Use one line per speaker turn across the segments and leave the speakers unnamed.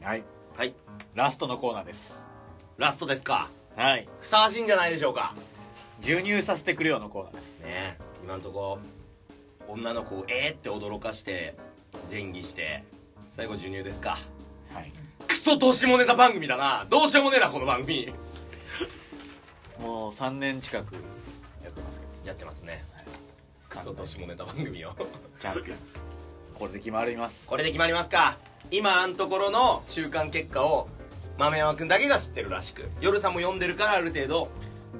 はい
はい
ラストのコーナーです
ラストですか
はい
ふさわしいんじゃないでしょうか
牛乳させてくれよのコーナーです
ね今んとこ女の子をえーって驚かして前儀して最後授乳ですか
はい
クソどうしようもねえな番組だなどうしようもねえなこの番組
もう3年近くやってますけど
やってますねクソどうしようもねえな番組を
チャンピオンこれで決まります
これで決まりますか今あんところの中間結果を豆山君だけが知ってるらしく夜さんも読んでるからある程度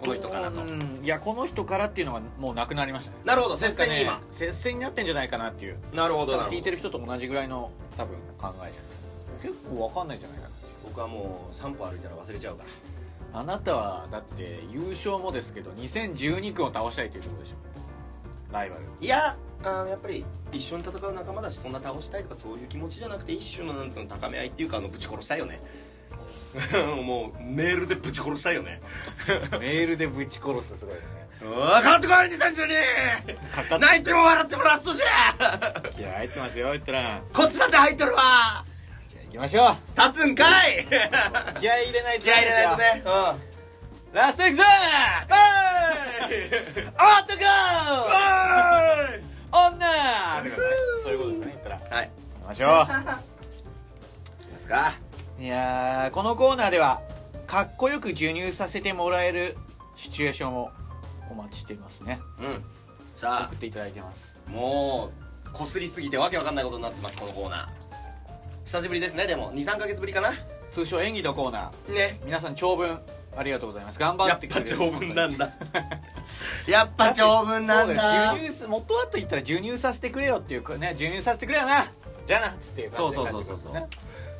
この人からと
うんいやこの人からっていうのがもうなくなりましたね
なるほど接戦に
なん
今
かね接戦になってんじゃないかなっていう
なるほどなるほど
聞いてる人と同じぐらいの多分考えじゃん結構わかんないんじゃないかな
僕はもう3歩歩いたら忘れちゃうから
あなたはだって優勝もですけど2012区を倒したいということでしょライバル
いやあーやっぱり一緒に戦う仲間だしそんな倒したいとかそういう気持ちじゃなくて一種のなんていうの高め合いっていうかあのぶち殺したいよね もうメールでぶち殺したいよね
メールでぶち殺すってすごいです ね
うわかってこい2012
かかっ
泣いても笑ってもラストじゃ
いや入ってますよ言ったら
こっちだって入っとるわ
じゃあ行きましょ
立つんかいう
気合い入れないと
気合い入れないとねうん
ラストいくぞ
おいおい
男女ってことねそういうことですよね言ったら
はい
行きましょ
いきますか
ういやーこのコーナーではかっこよく授乳させてもらえるシチュエーションをお待ちしていますね
うんさ
送っていただいてます
あもうこすりすぎてわけわかんないことになってますこのコーナー久しぶりですねでも23か月ぶりかな
通称演技のコーナー
ね
皆さん長文ありがとうございます頑張
や
っ
って
く
ぱ
れる
長文なんだやっぱ長文なんだ
そうよ授乳す元はと言ったら授乳させてくれよっていうね授乳させてくれよなじゃあなっつっていう感じ
そう
で
そうそうそうそう
ね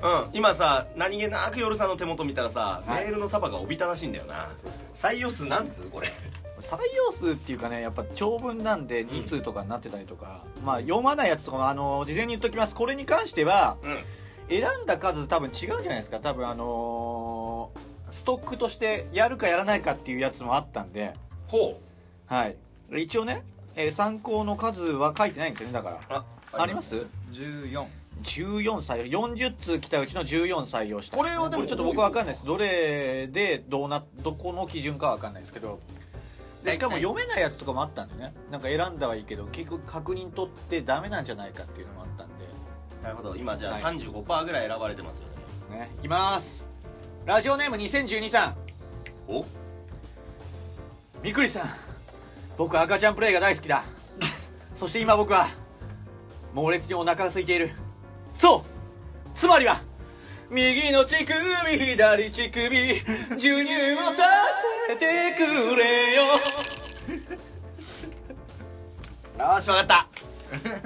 うん今さ何気なく夜さんの手元見たらさ、
はい
メールの束がおびただしいんだよな採用数何通これ
採用数っていうかねやっぱ長文なんで
ん
2通とかになってたりとか、まあ読まないやつとかもあの事前に言っときますこれに関しては
うん
選んだ数多分違うじゃないですか多分あのーストックとしてやるかやらないかっていうやつもあったんで
ほう
はい一応ね、えー参考の数は書いてないんですよねだから
あ
あります
14
14採用40通来たうちの14採用した
これはでも
ちょっと僕わかんないですどれでどうなどこの基準かわかんないですけどでしかも
大体
読めないやつとかもあったんでねなんか選んだはいいけど結局確認取ってダメなんじゃないかっていうのもあったんで
なるほど今じゃあ
はい
35%ぐらい選ばれてますよね、
ねいきますラジオネーム2012さん
お
みくりさん僕赤ちゃんプレイが大好 きだそして今僕は猛烈にお腹が空いているそうつまりは右の乳首左乳首授乳をさせてくれよ
よし、わ かった。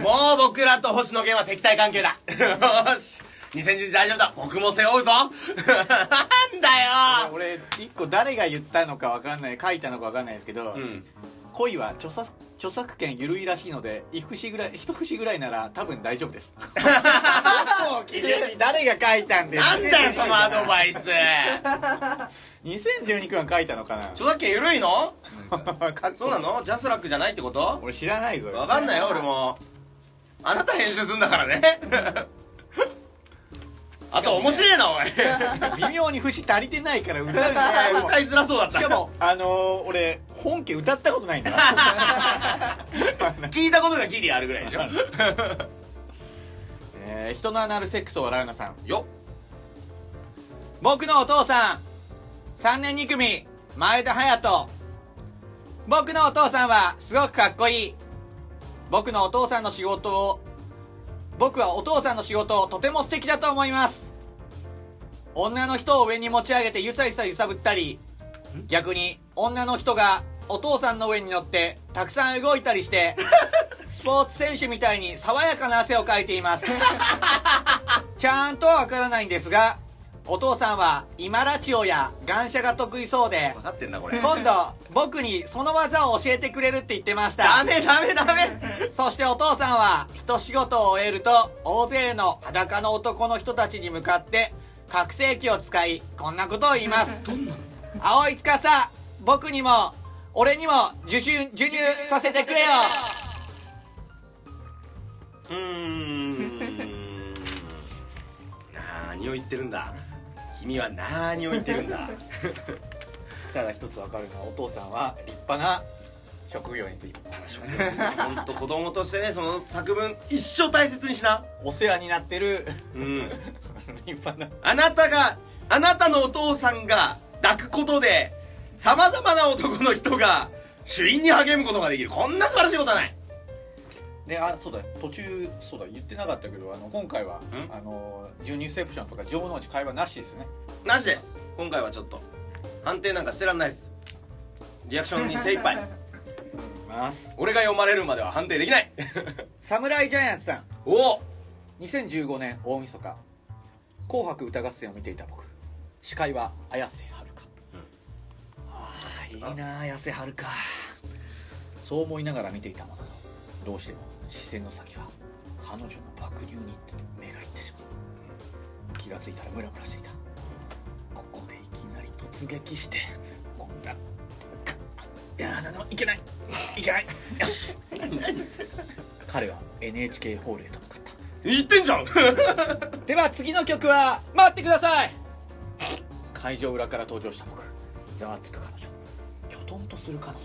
もう僕らと星野源は敵対関係 だ。よし。2012大丈夫だ。僕も背負うぞ。 なんだよ。
俺一個誰が言ったのかわかんない書いたのかわかんないですけど、
うん。
恋は著作著作権ゆるいらしいので一節ぐらい一節ぐらいなら多分大丈 夫です 誰が書いたんです
なんだよ、そのアド
イ
バイ ス。
2012くんは書いたのかな
著作権緩いの
かっこいい
そうなのジャスラックじゃないってこと
俺知らないぞ
わかんないよ、俺も。あなた編集すんだから ね。あと、面白いな、おい。
微妙に節足りてないから歌うじゃん
歌いづらそうだっ
しか
た。
もあのー、俺本家歌ったことないん だね
聞いたことがギリあるぐらいでしょ。
え人のアナルセックスを笑うなさん
よ
僕のお父さん3年2組前田隼人僕のお父さんはすごくかっこいい僕のお父さんの仕事を僕はお父さんの仕事をとても素敵だと思います女の人を上に持ち上げてゆさゆさ揺さぶったり逆に女の人がお父さんの上に乗ってたくさん動いたりしてスポーツ選手みたいに爽やかな汗をかいていますちゃんとわからないんですがお父さんは今ラチオやガンシャが得意そうで
分かってんな、これ。
今度僕にその技を教えてくれるって言ってました
ダメ、ダメ、ダメ。
そしてお父さんは一仕事を終えると大勢の裸の男の人たちに向かって拡声器を使いこんなことを言います
どんなの
葵司僕にも俺にも受信授乳させてくれよ
うーんなあ何を言ってるんだ君は何を言ってるん だ
ただ一つわかるのはお父さんは立派な職業について
本当子供としてねその作文一生大切にしな
お世話になってる
うん
立派な
あなたがあなたのお父さんが抱くことでさまざまな男の人が主因に励むことができるこんな素晴らしいことはない
であそうだ途中そうだ言ってなかったけどあの今回は
ん
あのジュニーセプションとか城之内会話なしですね
なしです今回はちょっと判定なんかしてらんないですリアクションに精一杯
ます
俺が読まれるまでは判定できない
侍ジャイアンツさん
おお
2015年大晦日紅白歌合戦を見ていた僕司会は綾瀬はるか、
うん
ああいいなあ綾瀬はるかそう思いながら見ていたもののどうしても視線の先は彼女の爆流に目がいってしまう気がついたらムラムラしていたここでいきなり突撃してこんないやだないけないいけない よし彼は NHK ホールへと向かった
言ってんじゃん
では次の曲は待ってください会場裏から登場した僕ざわつく彼女きょとんとする彼女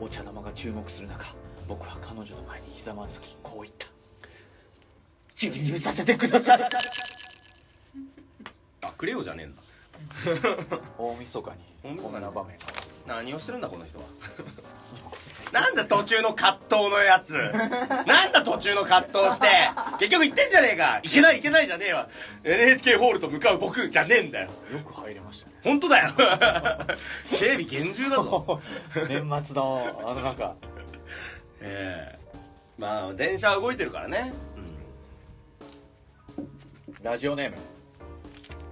お茶玉が注目する中僕は彼女の前にひざまずきこう言った「授乳させてください
あくれよじゃねえんだ」
大晦日にこんな場面が
何をしてるんだこの人はなんだ途中の葛藤の やつなんだ途中の葛藤して結局言ってんじゃねえかいけないいけないじゃねえわ NHK ホールと向かう僕じゃねえんだよ
よく入れましたね
本当だよ 警備厳重だ ぞ
年末のあのなんか
ええまあ電車は動いてるからね、うん、
ラジオネーム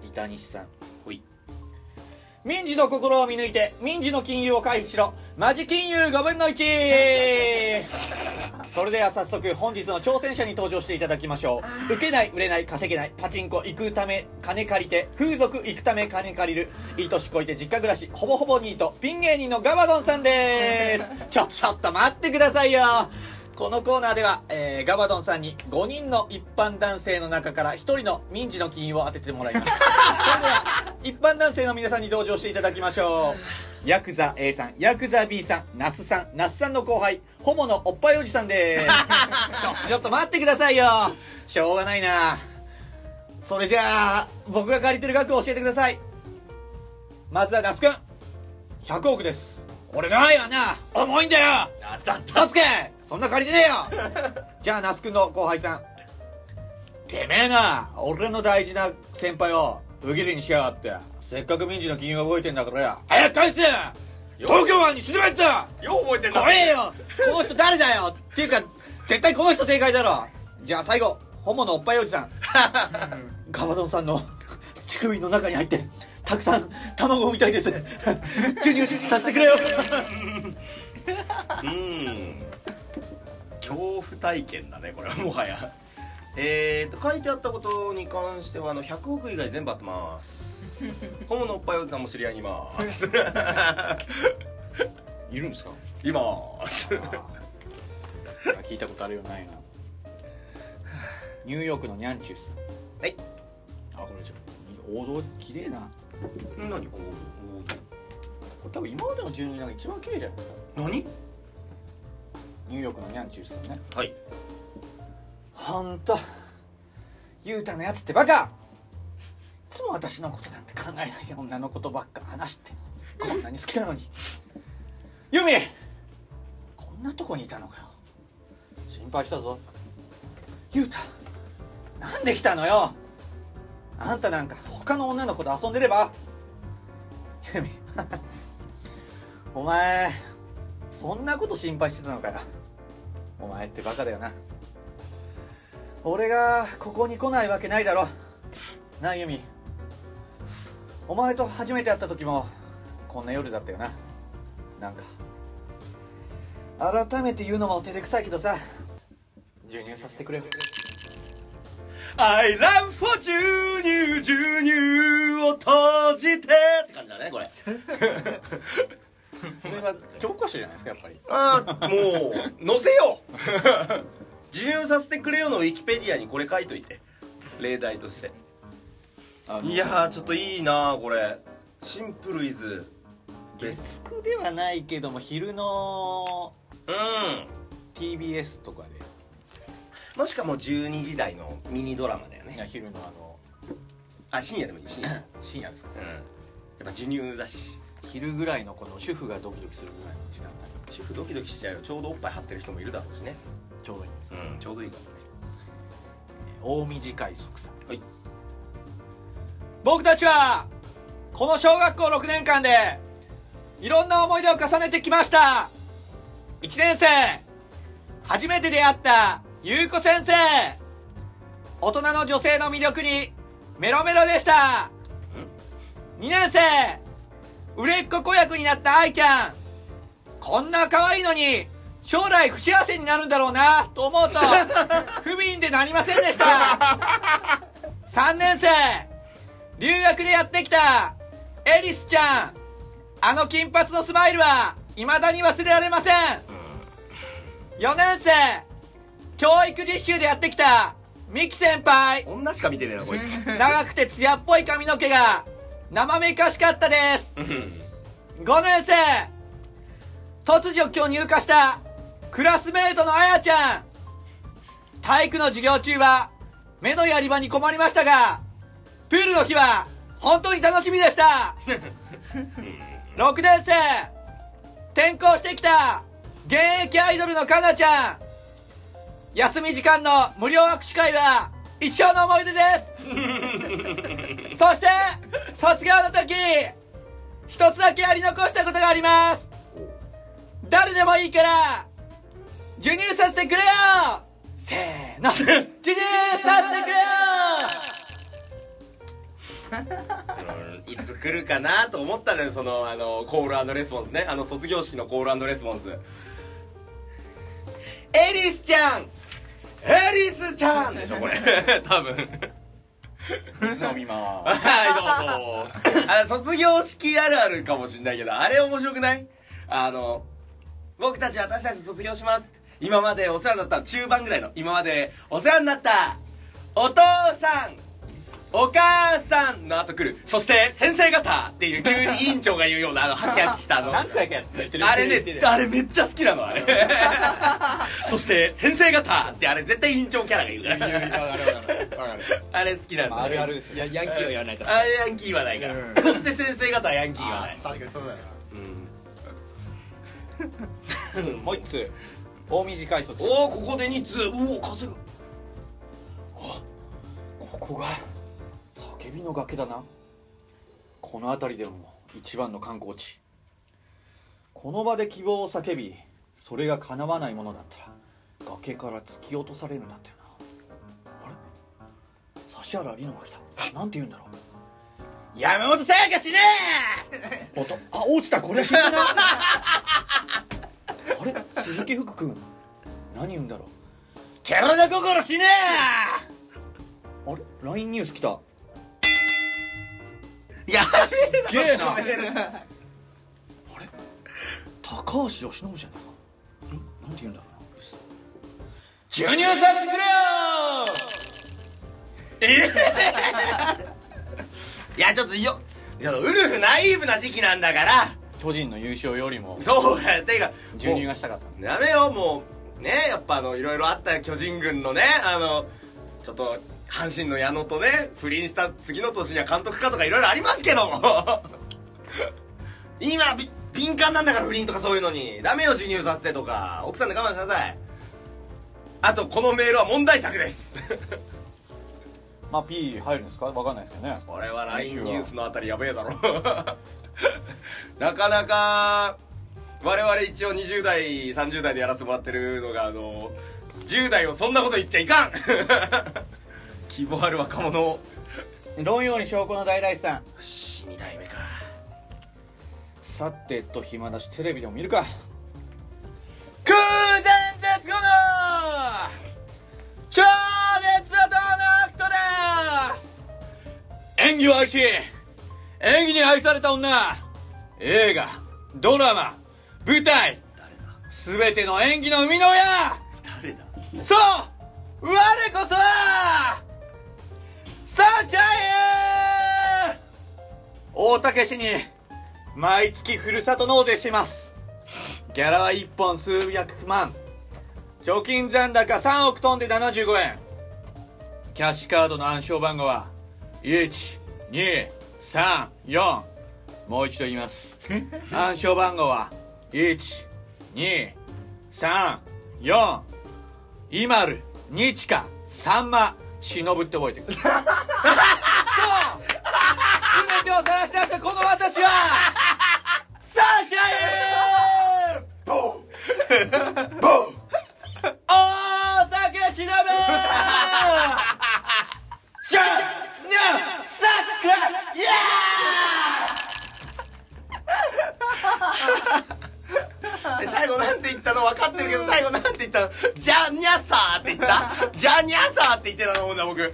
板西さん
ほい
民事の心を見抜いて民事の金融を回避しろマジ金融5分の1それでは早速本日の挑戦者に登場していただきましょう受けない売れない稼げないパチンコ行くため金借りて風俗行くため金借りるいい年こいて実家暮らしほぼほぼニートピン芸人のガバドンさんですちょちょっと待ってくださいよこのコーナーでは、えーガバドンさんに5人の一般男性の中から1人の民事の金融を当ててもらいます一般男性の皆さんに登場していただきましょうヤクザ A さんヤクザ B さん那須さん那須さんの後輩ホモのおっぱいおじさんです ちょちょっと待ってくださいよしょうがないなそれじゃあ僕が借りてる額を教えてくださいまずは那須君100億です俺ないわな重いんだよ
あったあった
嘘つけそんな借りてねえ よじゃあ那須君の後輩さんてめえな俺の大事な先輩を不義理にしやがってせっかく民事の金融が動いてんだからよ早く返せ東京湾に沈めって
よう覚えてんな
これよこの人誰だよっていうか絶対この人正解だろじゃあ最後ホモのおっぱいおじさ んガバドンさんの乳首の中に入ってたくさん卵をみたい です授乳させてくれよ
うん恐怖体験だねこれはもはやえーと書いてあったことに関してはあの100億以外全部合ってますホモのおっぱいおじさんも知り合いにいます
いるんですか
います
聞いたことあるようないなニューヨークのニャンチューさん
はい
あこれちょ王道綺麗な
何こ
これ多分今までの住人が一番綺麗じゃないですか
う何
ニューヨークのニャンチューさんね
はい
ほんと雄太のやつってバカいつも私のことなんて考えないで女のことばっか話してこんなに好きなのにユミこんなとこにいたのかよ心配したぞ雄太なんで来たのよあんたなんか他の女の子と遊んでればユミお前そんなこと心配してたのかよお前ってバカだよな俺がここに来ないわけないだろなあユミお前と初めて会った時もこんな夜だったよななんか改めて言うのも照れくさいけどさ授乳させてくれよ
I love for 授乳授乳を閉じてって感じだね これ
それは教科書じゃないですかやっぱり
ああもう載せ よう授乳させてくれよのウィキペディアにこれ書いといて例題として
あの
いやーちょっといいなーこれシンプルイズ
月9ではないけども昼の
うん
TBS とかで
もしかもう12時台のミニドラマだよ
いや
ね
昼のあの
あ深夜でもいい深夜うんや
深夜ですか
っぱ授乳だし
昼ぐらいのこの主婦がドキドキするぐらいの時間帯
主婦ドキドキしちゃうよちょうどおっぱい張ってる人もいるだろうしね
ちょうどいいです
うんちょうどいいからね
大短い速さん
はい
僕たちはこの小学校6年間でいろんな思い出を重ねてきました1年生初めて出会った優子先生大人の女性の魅力にメロメロでした2年生売れっ子子役になった愛ちゃんこんな可愛いのに将来不幸せになるんだろうなと思うと不憫でなりませんでした3年生留学でやってきたエリスちゃんあの金髪のスマイルは未だに忘れられません4年生教育実習でやってきたミキ先輩
女しか見てねえなこいつ
長くて艶っぽい髪の毛が生めかしかったです
うん
5年生突如今日入荷したクラスメートのあやちゃん体育の授業中は目のやり場に困りましたがプールの日は本当に楽しみでした6年生転校してきた現役アイドルのかなちゃん休み時間の無料握手会は一生の思い出ですそして卒業の時一つだけやり残したことがあります誰でもいいから授乳させてくれよせー の授乳させてくれよ
うんいつ来るかなと思ったのよそのあのコールレスポンスねあの卒業式のコールレスポンスエリスちゃんエリスちゃんでしょこれ 多分
水飲みまーす
はいどうぞあ卒業式あるあるかもしんないけどあれ面白くないあの僕たち私たち卒業します今までお世話になった中盤ぐらいの今までお世話になったお父さんお母さんの後来るそして先生方っていう急に委員長が言うようなあのハキハキしたあの
何回かやってる
あれねあれめっちゃ好きなのあれそして先生方ってあれ絶対委員長キャラが言うか
いやいや
ら
わかるわかるわかる
あれ好きなんだよ
あるあるです
いやヤンキーはやらないから
あヤンキーはないから、
うん
そして先生方はヤンキーはない
あー確かにそうだよな
うん
もう一つ大短い卒
おおここで2通うお稼ぐ
ここが叫びの崖だなこの辺りでも一番の観光地この場で希望を叫びそれが叶わないものだったら崖から突き落とされるなんてなあれ指原莉乃が来たなんて言うんだろう山本さやかしねえ音あ落ちたこれ死ん だなあれ鈴木福君何言うんだろう寺田心死ねえあれ ?LINE ニュース来た。
いや
げえな
止める
高橋由伸じゃねえか。んなんて言うんだろうな。授乳させてくれよ
いやちょっとよちょっとウルフナイーブな時期なんだから
巨人の優勝よりも、
そうやてか
授乳
も
がしたかった。
うダメよもうねやっぱあのいろいろあった巨人軍のねあのちょっと阪神の矢野とね不倫した次の年には監督かとかいろいろありますけども 今び敏感なんだから不倫とかそういうのにダメよ授乳させてとか奥さんで我慢しなさいあとこのメールは問題作です
まあ、P 入るんですかわかんないですけどね。
これは LINE ニュースのあたりやべえだろなかなか我々一応20代30代でやらせてもらってるのがあの10代をそんなこと言っちゃいかん希望ある若者を
論より証拠の大来さん。
よし2代目か
さてと暇だし、テレビでも見るか。
空前絶後の
超熱のアクトだ演技を愛し演技に愛された女映画ドラマ舞台
誰だ
全ての演技の生みの親
誰だ
そう我こそはサンシャイン大竹市に毎月ふるさと納税していますギャラは1本数百万貯金残高3億飛んで75円キャッシュカードの暗証番号は1234もう一度言います暗証番号は1234イマルニチカサンマ忍って覚えてくれそう全てを晒し出したこの私はサンシャイン
ボンボン
大竹しのぶじゃんにゃんさっくらいや
で最後なんて言ったの分かってるけど最後なんて言ったのジャニャサーって言ったジャニャサーって言ってたのもんだ僕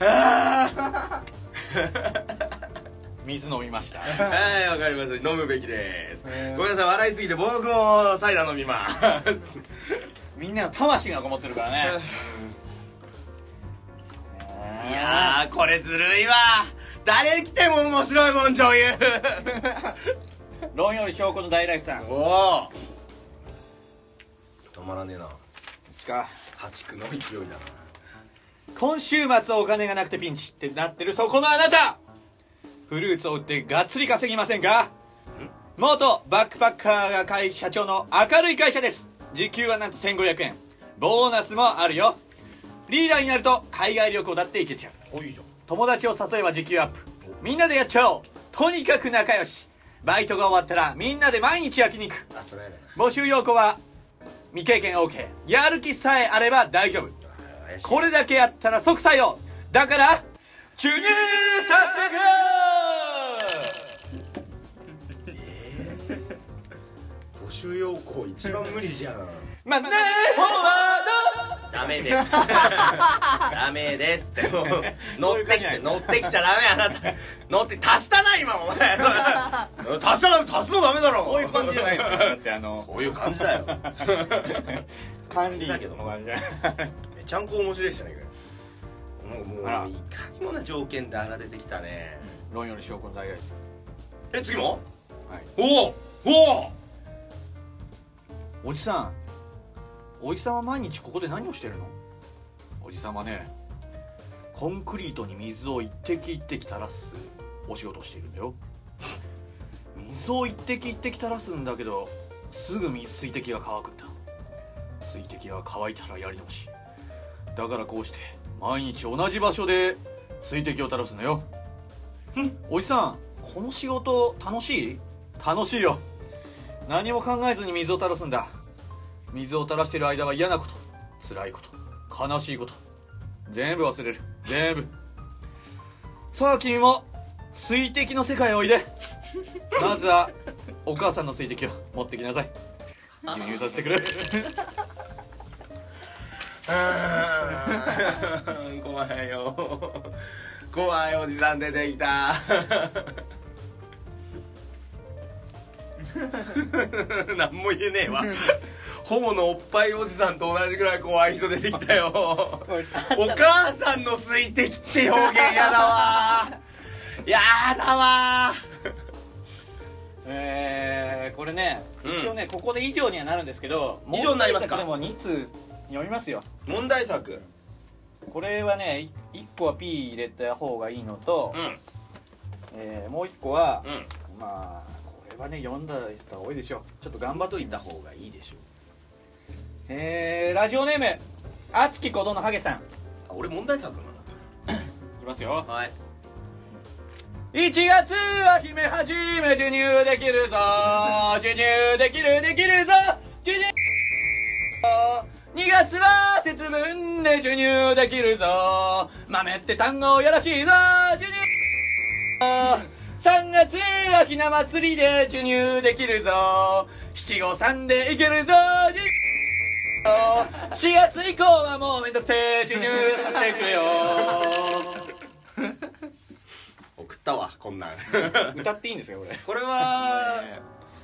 あ
ー水飲みました
あはいわかります飲むべきです
うん
ごめんなさい笑いすぎて僕もサイダー飲みます
みんなの魂がこもってるからね
いやーこれずるいわ誰来ても面白いもん女優
論より証拠の大ライフさん
おお止まらねえな
か
八区の勢いだな
今週末お金がなくてピンチってなってるそこのあなたフルーツを売ってがっつり稼ぎませんか元バックパッカーが会社長の明るい会社です時給はなんと1500円ボーナスもあるよリーダーになると海外旅行だって行けちゃう
おいいじゃん
友達を誘えば時給アップみんなでやっちゃおうとにかく仲良しバイトが終わったらみんなで毎日焼肉
あそれやだ
募集要項は未経験 OK やる気さえあれば大丈夫
な怪しい
これだけやったら即採用だから注入させ
募集要項一番無理じゃん
くまあねフォワード
ダメです ダメですってもう乗
そうい
っ
う
てき
感じ
ちゃ
なん
乗
や
ってきちゃダメあなた乗って足したな今お 前足したな足すのダメだろ
そういう感じじゃないのだってあの
そういう感じだよ
管理の感じじゃない
めちゃんこ面白いじゃないかよなんかもうい
あら
かにもな条件であら出てきたね
論より証拠の材料です
え次も
はい
おおおお
おじさんおじさんは毎日ここで何をしてるのおじさんはねコンクリートに水を一滴一滴垂らすお仕事をしているんだよ水を一滴一滴垂らすんだけどすぐ水水滴が乾くんだ水滴が乾いたらやり直しだからこうして毎日同じ場所で水滴を垂らすんだよおじさんこの仕事楽しい楽しいよ何も考えずに水を垂らすんだ水を垂らしてる間は嫌なこと辛いこと悲しいこと全部忘れる全部さあ君も水滴の世界へおい でまずはお母さんの水滴を持ってきなさい授乳させてくれ
うーん怖いよ怖いおじさん出てきた何も言えねえわホモのおっぱいおじさんと同じぐらい怖い人出てきたよお母さんの水滴って表現やだわやだわ
えー、これね
うん
一応ね、ここで以上にはなるんですけど
以上になりますか
問題作でも2通読みますよ
問題作
これはね1個は P 入れた方がいいのと、
うん
えーもう1個は、
うん
まあこれはね読んだ人は多いでしょうちょっと頑張っといた方
がいいでしょ
えー、ラジオネーム熱き鼓動のハゲさん
あ俺問題作なん
いきますよ
だはい
1月は姫初め授乳できるぞ授乳できるできるぞ授乳2月は節分で授乳できるぞ豆って単語やらしいぞ授乳3月はひな祭りで授乳できるぞ七五三でいけるぞ授乳4月以降はもうめんどくせえ授乳させてくれよ
送ったわこんなん
歌っていいんですかこれ
これは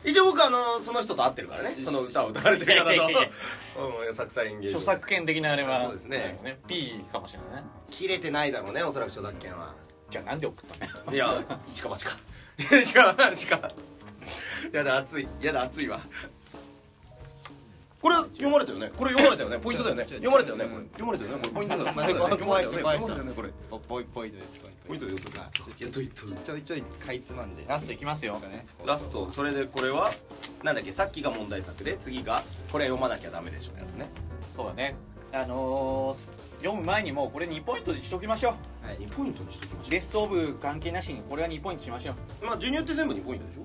一応僕あのその人と会ってるからねその歌を歌われてる方
いや
と
いやいや
うん作祭演芸場
著作権的なあれは
そうですね
P かもしれないね
切れてないだろうねおそらく著作権は
じゃあなんで送ったの
いや近場近近場近やだ暑いやだ暑いわこれ読まれたよねこれ読まれたよねポイントだよね
ちょ
読まれたよねこ
ちょ
れ読まれたよねこれポイントだよね
怖い人
読まれたよね
怖い
読ま
人
れたよねこれ
ポポイポイントですポイント
ポイントだよこれいやちょいちょい
ちょいちょいかいつまんで
ラストいきますよ
ラストそれでこれはなんだっけさっきが問題作で次がこれは読まなきゃダメでしょうやつね
そうだねあのー、読む前にもうこれ2ポイントでしときましょ
はい
2ポイントにしときまし
うベストオブ関係なしにこれは2ポイントしましょう
ょうまあジュニアって全部2ポイントでしょ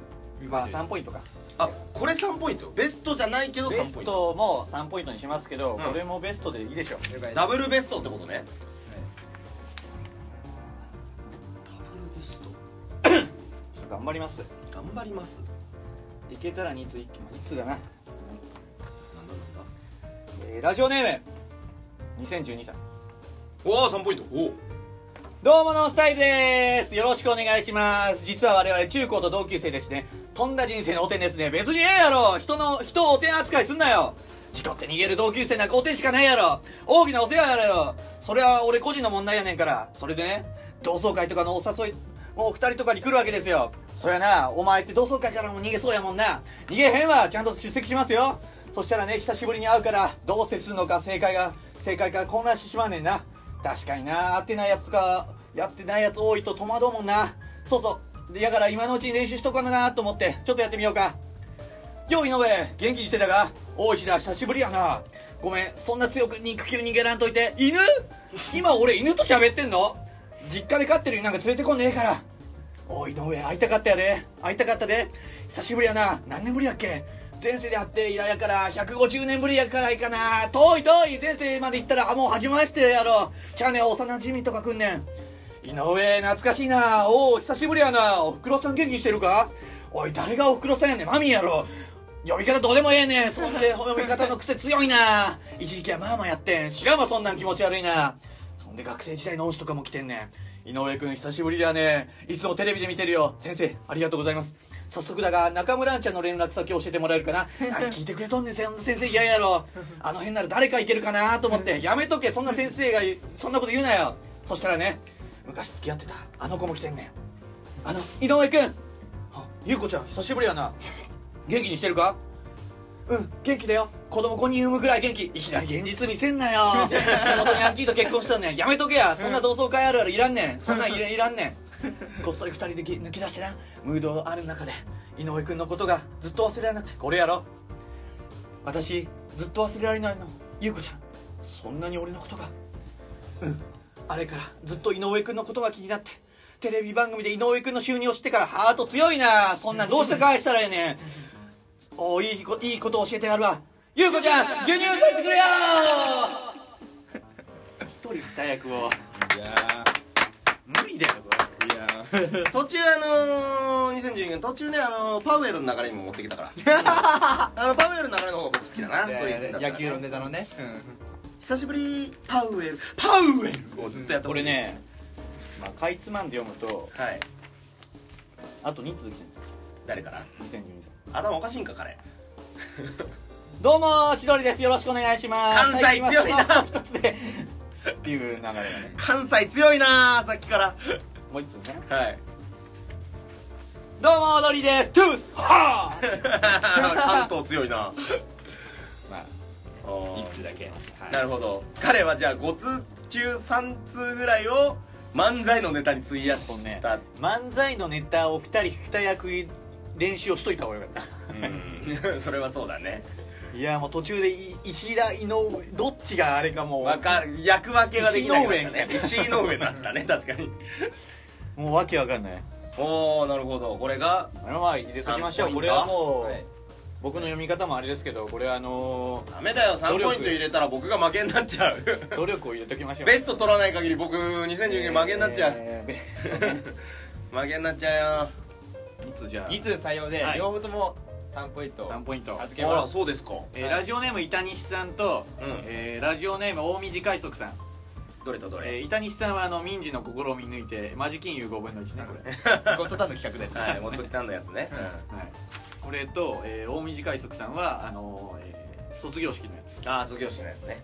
まあ3ポイントか
あこれ3ポイントベストじゃないけど
ベ
3
ス
ポイント
トも3ポイントにしますけ
う
ど、
ん
これもベストでいいでしょう
ダブルベストってことねダブルベスト
頑張ります
頑張ります
いけたら2通一気まあ一通だな、
なんだなんだ
えーラジオネーム2012さん
おお3ポイントおお
どうものスタイルですよろしくお願いします実は我々中高と同級生でしてねとんだ人生の汚点ですね別にええやろ人の人を汚点扱いすんなよ事故って逃げる同級生なんか汚点しかないやろ大きなお世話やろよそれは俺個人の問題やねんからそれでね同窓会とかのお誘いお二人とかに来るわけですよそやなお前って同窓会からも逃げそうやもんな逃げへんわちゃんと出席しますよそしたらね久しぶりに会うからどう接するのか正解が正解か混乱してしまうねんな確かにな会ってないやつかやってないやつ多いと戸惑うもんなそうそうでやから今のうちに練習しとかななと思ってちょっとやってみようかよう井上元気にしてたか大石だ久しぶりやなごめんそんな強く肉球逃げらんといて犬今俺犬と喋ってんの実家で飼ってる犬なんか連れてこんでええからおい井上会いたかったやで会いたかったで久しぶりやな何年ぶりやっけ前世で会って以来やから150年ぶりやからいいかな遠い遠い前世まで行ったらあもう始ましてやろじゃあね幼馴染とか来んねん井上懐かしいなおお久しぶりやなおふくろさん元気にしてるかおい誰がおふくろさんやねんマミーやろ呼び方どうでもええねんそんで呼び方の癖強いな一時期はまあまあやってん知らんわそんなん気持ち悪いなそんで学生時代の恩師とかも来てんねん井上くん久しぶりだねいつもテレビで見てるよ先生ありがとうございます早速だが中村あんちゃんの連絡先教えてもらえるかな何聞いてくれとんねん先生嫌やろあの辺なら誰かいけるかなと思ってやめとけそんな先生が言うそんなこと言うなよそしたらね昔付き合ってたあの子も来てんねんあの井上くんあゆうこちゃん久しぶりやな元気にしてるかうん元気だよ子供5人産むぐらい元気いきなり現実見せんなよ地元にアンキーと結婚したんねんやめとけやそんな同窓会あるあるいらんねんそんなんいらいらんねんこっそり2人でぎ抜き出してなムードある中で井上くんのことがずっと忘れられなくてこれやろ私ずっと忘れられないのゆうこちゃんそんなに俺のことがうんあれからずっと井上くんのことが気になってテレビ番組で井上くんの収入を知ってからハート強いなそんなんどうして返したらええねんおいいこいいこと教えてやるわゆうこちゃん牛乳させてくれよ一人二役を
いや
無理だよこれ
ーいやー
途中あのー、2012年途中ねあのー、パウエルの流れにも持ってきたからあのパウエルの流れの方が僕好きだなそれ言ってんだったら
野球のネタのね
久しぶりパウエルパウエルをずっとやって
これね、まあ、かいつまんで読むと
はい
あと2通来てるんです
誰から
2012年
頭おかしいんか彼
どうも千鳥ですよろしくお願いします
関西強いな
最近はスマホ一つでっていう流れがね
関西強いなーさっきから
もう1通ね
はい
どうも踊りですトゥースハー
関東強いな
ま
あ
あ
ー
一つだけ
なるほど彼はじゃあ5通中3通ぐらいを漫才のネタに費や
そう
し
ね
た、
漫才のネタを2人2役練習をしといた方がよかっ
うん それはそうだね
た いやもう途中でい石田井上どっちがあれかもう
わかる役分けができないからね
石
石井の上になったね確かに
もうわけわかんない
おおなるほどこれが
あのまあ入れときましょ
3ポイント
うこれはもう、
はい
僕の読み方もあれですけどこれはあの
ダメだよ3ポイント入れたら僕が負けになっちゃう
ー努力を入れときましょう
ベスト取らない限り僕2019年負けになっちゃう、
えー べ
負けになっちゃうよ
いつじゃあ
2通採用で
はい
両方とも3ポイント
3ポイント、
預け
あら
ます
そうですか
えーラジオネーム板西さんと、
うん
えーラジオネーム大水海賊さん、
どれとどれ、
えー板西さんはあの民事の心を見抜いてマジ金融5分の1ねこれ
ゴッドタンの企画です
はい元木さんのやつね、
はい、これと、えー、大水海賊さんはあのーえー卒業式のやつ
ああ卒業式のやつね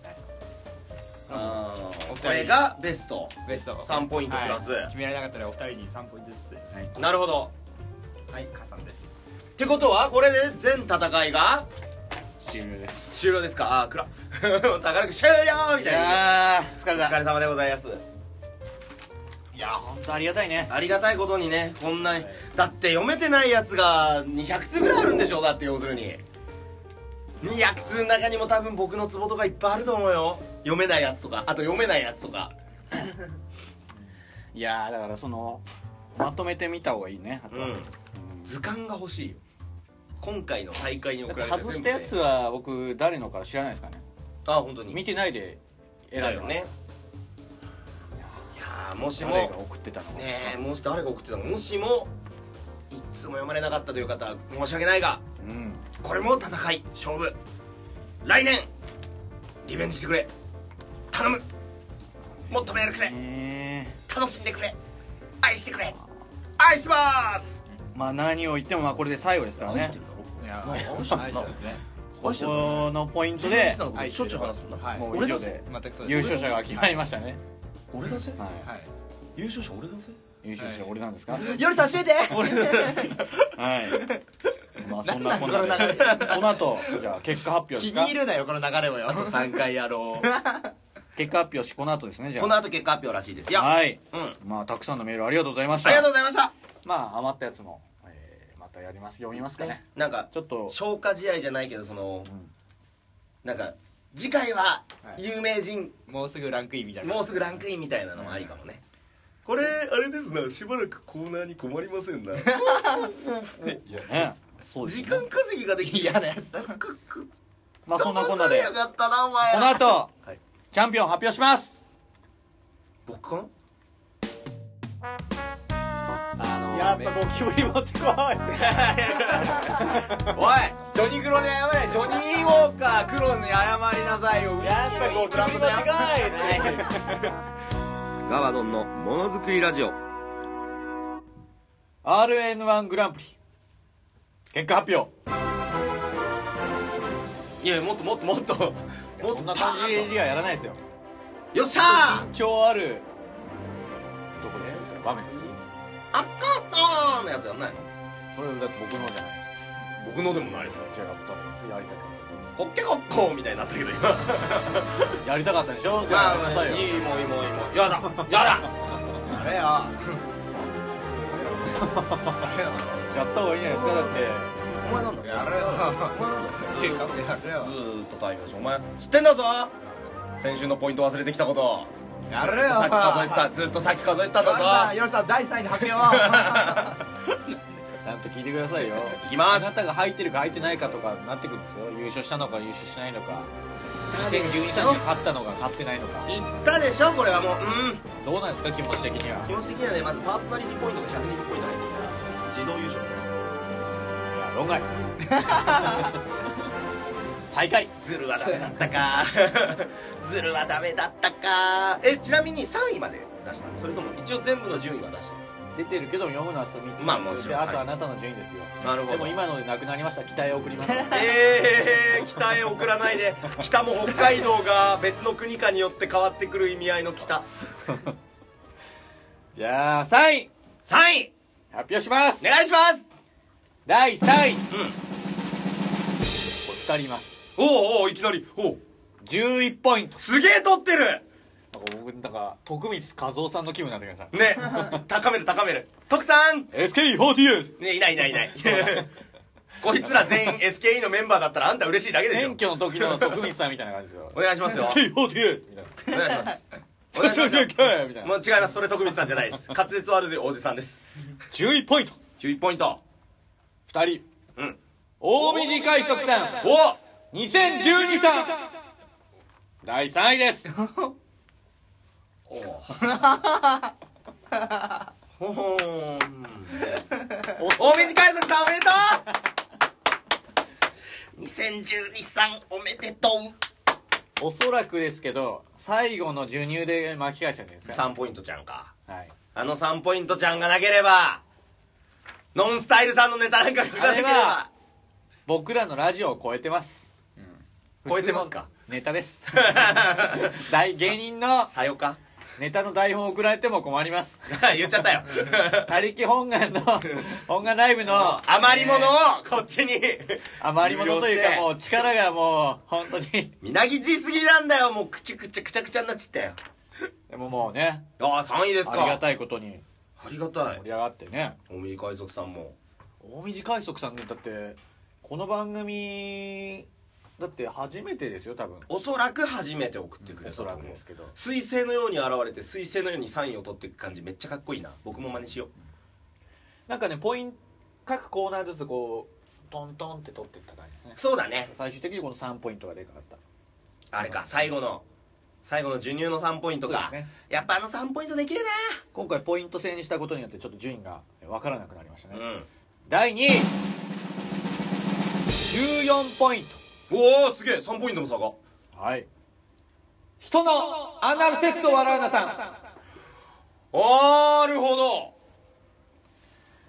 ああ
お二
これがベスト
ベスト
3ポイントプラス
はい決められなかったらお二人に3ポイントずつはい
なるほど
はい加算です
ってことはこれで全戦いが
終了です
終了ですかあー暗っ 宝くじ終了み
い
たいな
やー疲れ
お疲
た
れ様でございます
いやー本当ありがたいね
ありがたいことにねこんな、
はい
だって読めてないやつが200通ぐらいあるんでしょだって要するに200通の中にも多分僕のツボとかいっぱいあると思うよ読めないやつとかあと読めないやつとか
いやーだからそのまとめてみた方がいいねあと
う
は
ん図鑑が欲しいよ今回の大会に
だっ
送
て
られた
外したやつは僕誰のから知らないですからね
あ本当に
見てないで選ん
だ
だ
よ
の
ねいやーもしも
誰が送ってたのか
ねえもし誰が送ってたのもしもいっつも読まれなかったという方は申し訳ないが
うん
これも戦い勝負来年リベンジしてくれ頼むもっとメールくれ
ね
楽しんでくれ愛してくれ愛してます
えまあ何を言ってもまあこれで最後ですからね
いや
愛
愛
してる
してますね
こ
愛してるの
このポイント
愛
で
してるの
愛してる
しょっちゅう話すんだ
はい
もう
俺
以
だ
上
ぜ
で
全くそう
優勝者が決まりましたね
俺だぜ
は
はい
優勝者俺だぜ
い優勝者俺なんですか
夜楽しめて
はいまあそんな
なん
こ
なんん
なで
この
この後じゃあ結果発表で
気
すか
に入るなよこの流れをよ
あと3回やろう
結果発表しこの後ですねじ ゃ
この
あ
後結果発表らしいですよ
はい
うん
まあたくさんのメールありがとうございました
ありがとうございました
まあ余ったやつもえーまたやります読みますかね
なんか
ちょっと
消化試合じゃないけどその
うん
なんか次回は
はい
有名人、
もうすぐランクインみたいな
もうすぐランクインみたいなのもありかもね、これあれですなしばらくコーナーに困りませんな
ねそうです
時
ね
間稼ぎができ
嫌なやつだな
くく
まあそんなこんな
騙さ
で
れやがったなお前
この後、
はい
チャンピオン発表します
僕かな
やっぱ僕より持ってこ
おいジョニクロで謝れジョニー・ウォーカークロンに謝りなさいよやっぱこうクラブで謝れガバドンのものづくりラジオ
RN1 グランプリ結果発表
いやもっともっともっともっ
そ
と
ん
パ
な感じ
ーン
にはやらないですよ
とよっしゃー
緊張あるどこですか場面ですよ
あかったーのやつやんないの
それだって僕のじゃないです
僕のでもないですよ
よ違ったやりたかっ
ホッケコッコー みたいになったけど今ま
たやりたかったでしょ
あまあいいもういいもういいもうやだやだ
あれよあれよ
やった方がいいんじゃないですかだって
お前なんだ
やれよ結果もやれよ
ずーっと対応してお前知ってんだぞ先週のポイント忘れてきたこと
やれよ
さっき数えてたずっとさっき数えてたん
ヨルさ
だ
ん
ぞ
ヨルさん第3位に発表を
ちゃんと聞いてくださいよ
いきま
あ
す
なたが入ってるか入ってないかとかになってくるんですよ優勝したのか優勝しないのか
言
結
っ
局優勝に勝ったのか勝ってないのか
たでしょこれはもううん
どうなんですか気持ち的には
気持ち的にはねまずパーソナリティポイントが120ポイント入ってるから自動優勝
いや論外大会
ズルはダメだったか ズルはダメだったかえちなみに3位まで出したのそれとも一応全部の順位は出し
出てるけど読むのは3つ
まあもちろん
であと
はい
あなたの順位ですよ
たなる
でも今のでなくなりました期待を 送ります
えー、北へ送らないで北も北海道が別の国かによって変わってくる意味合いの北
じゃあ3位
3位
発表します
お願いします
第3位
うん
お二人います
おうおういきなりおう
11ポイント
すげえ取ってる
なんか僕なんか徳光和夫さんの気分になってきました
ね高める高める徳さん
SK48
ねいないいないいないこいつら全員 SKE のメンバーだったらあんた嬉しいだけでし
選
ょ
挙の時の徳光さんみたいな感じですよ
お願いします よ
SK48 みたいな
お願いします お願いしますよ
みたい
も
な
う違いますそれ徳光さんじゃない です滑舌悪いおじさんです
11ポイント
11ポイント
2人
うん
大道海賊さん
おお
2012さん第3 位です
おほほーん大水海賊さんおめでとう2012さんおめでとう
おそらくですけど最後の授乳で巻き返したんじゃないですか
3ポイントちゃんか
はい
あの3ポイントちゃんがなければノンスタイルさんのネタなんか書かなけれ
あれは
ば
僕らのラジオを超えてます
超えてますか
普通のネタです 大芸人の
さよか
ネタの台本送られても困ります
言っちゃったよ
他力本 願の本願ライブの
余り物をこっちに
余り物というかも
う
う力がもう本当に
みなぎちすぎなんだよもうくちくちくちゃくちゃになっちゃったよ
でももうね
ああ3位です
あ
か
りがたいことに
ありがた
盛り上がってね
おみり海賊さんも
大道海賊さんねだってこの番組だって初めてですよ多分
おそらく初めて送ってくれ
お
たと
そ
思
ら
う
くですけど
彗星のように現れて彗星のように3位を取っていく感じめっちゃかっこいいな僕も真似しよう
なんかねポイント各コーナーずつこうトントンって取っていった感じですね
そうだね
最終的にこの3ポイントがでかかった
あれか最後の最後の授乳の3ポイント
そ
か、
うですね
やっぱあの3ポイントできる
今回ポイント制にしたことによってちょっと順位が分からなくなりました
な
ね、
うん
第2位14ポイン
おおすげえ3ポイントの差が
トはい人のアナルセックスを笑うなさ
あーなるほどお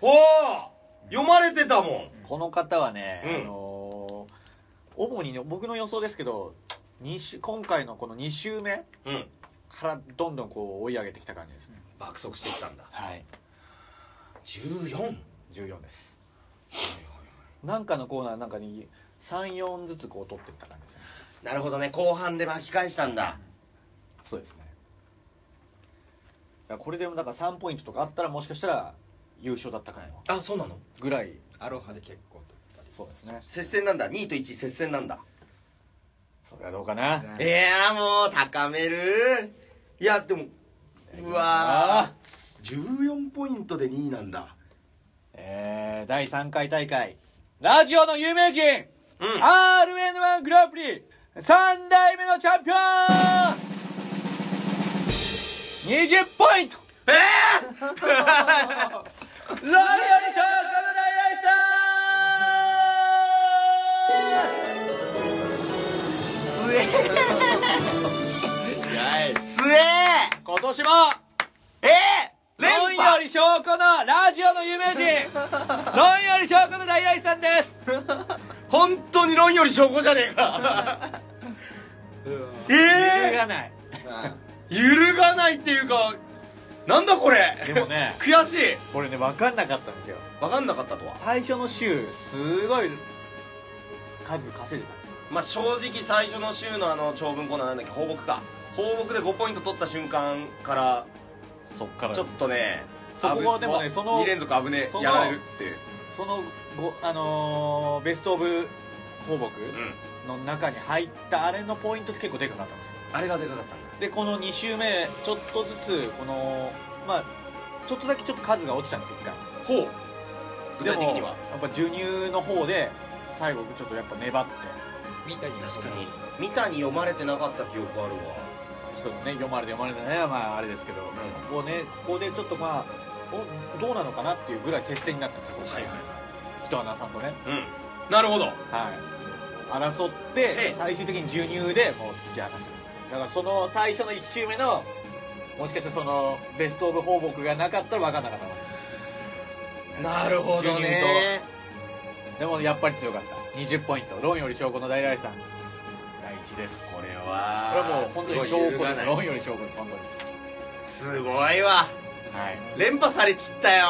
お読まれてたもん
んこの方はね、
うん
あのー主にね僕の予想ですけど二週今回のこの2週目
うん
からどんどんこう追い上げてきた感じですね
爆速してきたんだ
はい
14
14ですなんかのコーナーなんかに34ずつこう取っていった感じですね
なるほどね後半で巻き返したんだ
そうですねだからこれでもだから3ポイントとかあったらもしかしたら優勝だったかも
あそうなの
ぐらい
アロハで結構取ったり
そうですね
接戦なんだ2位と1位接戦なんだ
それはどうかな
えやーもう高めるいやでもうわー14ポイントで2位なんだ
えー、第3回大会 ラジオの有名人、
うん
RN1 グランプリ3代目のチャンピオン20ポイント
え
ラジオに昇
えー、す
格の大今年も
ええー、
ロン
連
よ
覇
り証拠のラジオの有名人ロンより証拠の大来さんです
本当に論より証拠じゃねえかえ
揺る
え
がない
ー、揺るがないっていうかなんだこれ
でもね
悔しい
これね分かんなかったんですよ
分かんなかったとは
最初の週すごい数稼いでたんですよ
まあ正直最初の週のあの長文コーナーなんだっけ放牧か放牧で5ポイント取った瞬間から
そっから
ちょっとね
そこはでもねその
2連続危ね
そ
え
の
やられるっていう
そのごあのーベストオブ放牧
うん
の中に入ったあれのポイントって結構でかかったんですよ
あれがでかかったんだ
でこの2週目ちょっとずつこのまあちょっとだけちょっと数が落ちたんですよ一回
ほう具体的には
でもやっぱ授乳の方で最後ちょっとやっぱ粘って
見たり
確かに三谷読まれてなかった記憶あるわ
ちょっとね読まれて読まれてねまああれですけど、
ん
こうねここでちょっとまあおどうなのかなっていうぐらい接戦になったんですよ、
はいはい
人穴さんとね
うんなるほど
はい争っ
ええ
て最終的に授乳でもう突き放すだからその最初の1周目のもしかしたらそのベストオブ放牧がなかったら分かんなかったかも
なるほどね
でもやっぱり強かった20ポイントロンより証拠の大来さん第1です
これ
これは
は
もう本当に証拠ですロンより証拠です本当に
すごいわ
はい
連覇されちったよ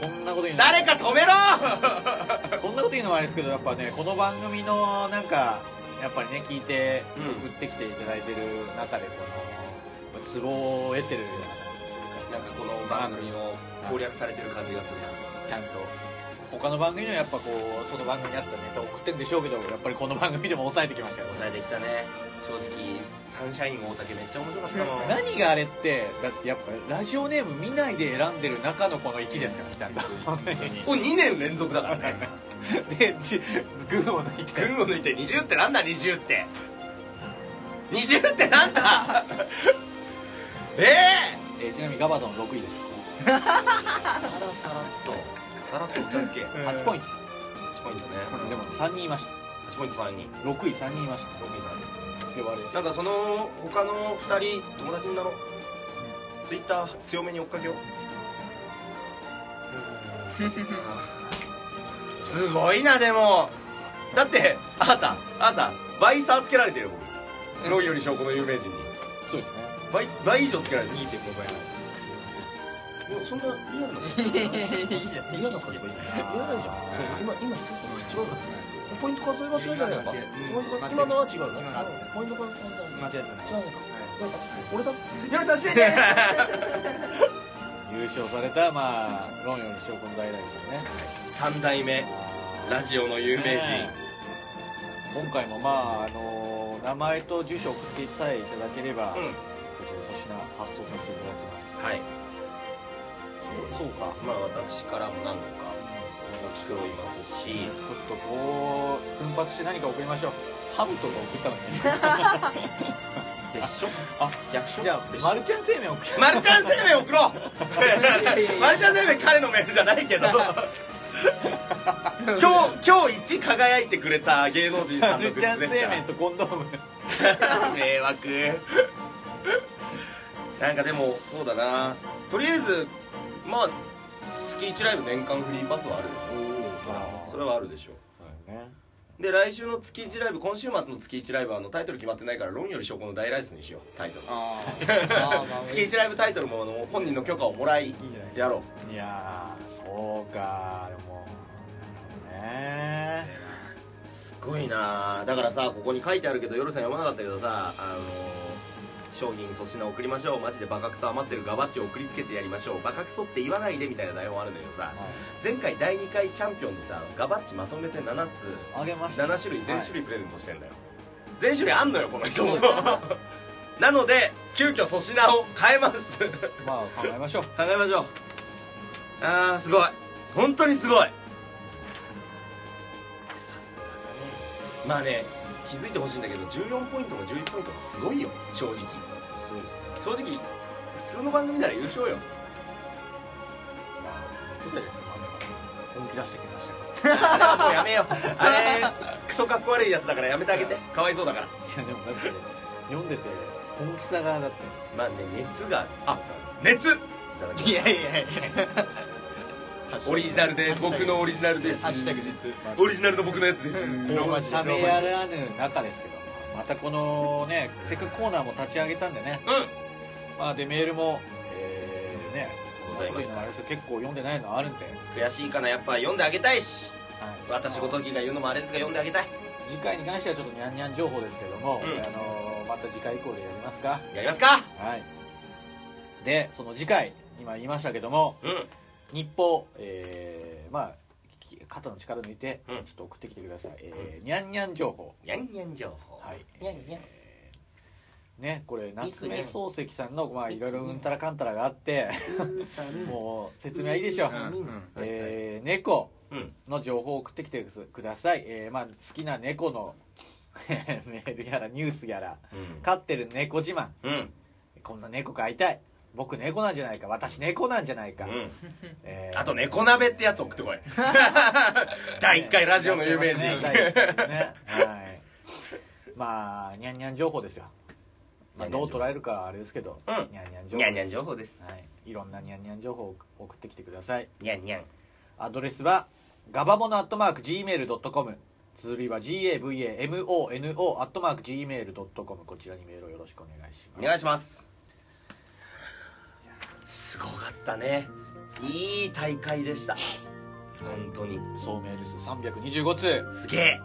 こんなこと言うの
誰か止めろ
こんなこと言うのもあれですけどやっぱねこの番組のなんかやっぱりね聞いて
うん
送ってきていただいてる中でこのツボを得てるような感じという
なんかこの番組を攻略されてる感じがするな
かちゃんと他の番組にはやっぱこうその番組にあったネタを送ってるんでしょうけどやっぱりこの番組でも抑えてきましたよ
抑えてきたね正直サンシャイン大竹めっちゃ面白かった もん
何があれってだってやっぱラジオネーム見ないで選んでる中のこの1ですからちゃんと
これ2年連続だからね
でじ群を抜いて
群を抜いて20ってなんだ20って20ってなん だええ
えーちなみにガバドン6位です
さらさらっとさらっとお茶漬 け
8ポイント
8ポイントね
でも3人いまし
8ポイント3人
た6位3人いまし
ロビーさんで
た呼ばれ
なんかその他の2人友達になろうツイッター強めに追っかけようすごいなでもだってあなたあなた倍差つけられてるよ僕ロイより証拠の有名人に
そうですね
倍倍以上つけられてる
2.5倍
いやそんな嫌なの
いいじゃん
嫌な感じがいい嫌ないじゃん今今一つ違うからポイント数え間違いじゃないかポイント数今のは違うねポイント数え
間違えたね
違うねなんか俺だ
やめてしいね
優勝されたまあロンより証拠の代々ですよね
三代目ラジオの有名人
今回もまああの名前と住所を送ってさえいただければ、
う
こ
ん
ちら粗品発送させていただきます
はい
そうか
まあ私からも何個か持ち込みますし
ちょっとこう奮発して何か送りましょうハムとか送ったのね
でしょ
あ
役所
じゃあマルちゃん生命送る
マルちゃん生命送ろ
やいやいうや
マルちゃん生命彼のメールじゃないけど今日今日一輝いてくれた芸能人さ
マ
んのグ
ルちゃ
ッ
ん
ズで
生
すから
命とコンドーム
迷惑なんかでもそうだなとりあえずまあ月1ライブ年間フリーパスはあるでしょそれはあるでしょで来週の月1ライブ今週末の月1ライブはあのタイトル決まってないから「論より証拠の大ライス」にしようタイトル
あー
月1ライブタイトルもあの本人の許可をもらい
いいんじゃない
やろ
いやーそうかでもね
うすごいなだからさここに書いてあるけど夜さん読まなかったけどさあの商品粗品送りましょうマジでバカクソ余ってるガバッチを送りつけてやりましょうバカクソって言わないでみたいな台本あるんだけどさ前回第2回チャンピオンでさガバッチまとめて7つ
あげました
7種類全種類プレゼントしてんだよ、全種類あんのよこの人も なので急遽粗品を変えます考
まあ考えましょう
えましょうあーすごい本当にすごいさすがだねまあね気づいてほしいんだけど14ポイントも11ポイントもすごいよ正直
そうですね
正直普通の番組なら優勝よ
本気出してきました
あれはもうやめよう あれクソかっこ悪いやつだからやめてあげてかわいそうだから
いやでもだって読んでて本気さがだって
まあね熱があ熱いただきます
いやいやいや
オリジナルです僕のオリジナルです
ハッシュタグです
オリジナルの僕のやつです
ローマ字
冷めやらぬ中ですけどまたこのねせっかくコーナーも立ち上げたんでね
う
まあでメールもえー、ね
ございます
こううのあれですよ結構読んでないのあるんで、
ん悔しいかなやっぱ読んであげたいし私
ご
ご
と
ときが言うのもあれですが読んであげたい
次回に関してはちょっとニャンニャン情報ですけども、
うん
あのーまた次回以降でやりますか
やりますか
はいでその次回今言いましたけども
うん
日報、えー、まあき肩の力抜いて、
うん
ちょっと送ってきてください、えー、にゃんにゃん情報
にゃんにゃん情報
はい
にゃんにゃん
えーねこれ夏
に
目
ゃん
漱石さんのまあいろいろうんたらかんたらがあって もう説明はいいでしょう
う、ん
えー、猫
うん
の情報を送ってきてください、えーまあ、好きな猫の メールやらニュースやら
うん
飼ってる猫自慢
うん
こんな猫飼いたい僕猫なんじゃないか私猫なんじゃないか、
うん
えー
あと猫鍋ってやつ送って こい第1回ラジオの有名人
ね第一回ねはいまあにゃんにゃん情報ですよ、まあ、どう捉えるかはあれですけど、
うん
にゃんにゃん情報
にゃんにゃん情報です
はい、いろんなにゃんにゃん情報を送ってきてください
にゃんにゃん
アドレスはガバモノアットマーク Gmail.com 綴りは GAVAMONO アットマーク Gmail.com こちらにメールをよろしくお願いし
お
ます
願いしますすごかったねいい大会でした本当に
総メール数325通
すげえ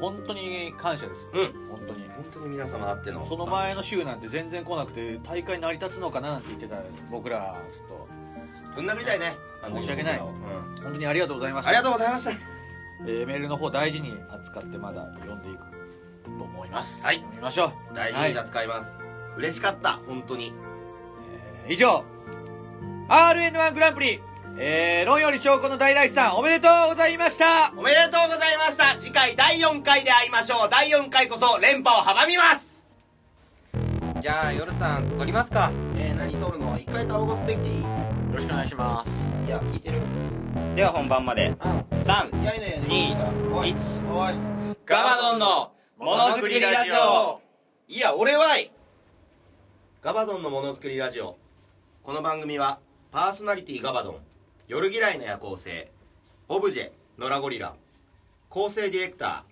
本当に感謝です
うん
本当に
本当に皆様あっての
その前の週なんて全然来なくて大会成り立つのかななんて言ってた僕らちょっと
ぶん殴りたいねあの
申し訳ない
うん
本当にありがとうございました
ありがとうございました
えーメールの方大事に扱ってまだ読んでいくと思います
はい
読みましょう
大事に扱います嬉しかった本当に
えー以上 RN1 グランプリえー、論より証拠の大来さんおめでとうございました
おめでとうございました次回第4回で会いましょう第4回こそ連覇を阻みます
じゃあ夜さん撮りますか
えー、何撮るの一回タオゴスできていい
よろしくお願いします
いや聞いてる
では本番まで3
やいなや
いい
おい
1
おい
ガバドンのものづくりラジオいや俺はい
ガバドンのものづくりラジオこの番組はパーソナリティガバドン夜嫌いの夜行性オブジェノラゴリラ構成ディレクタ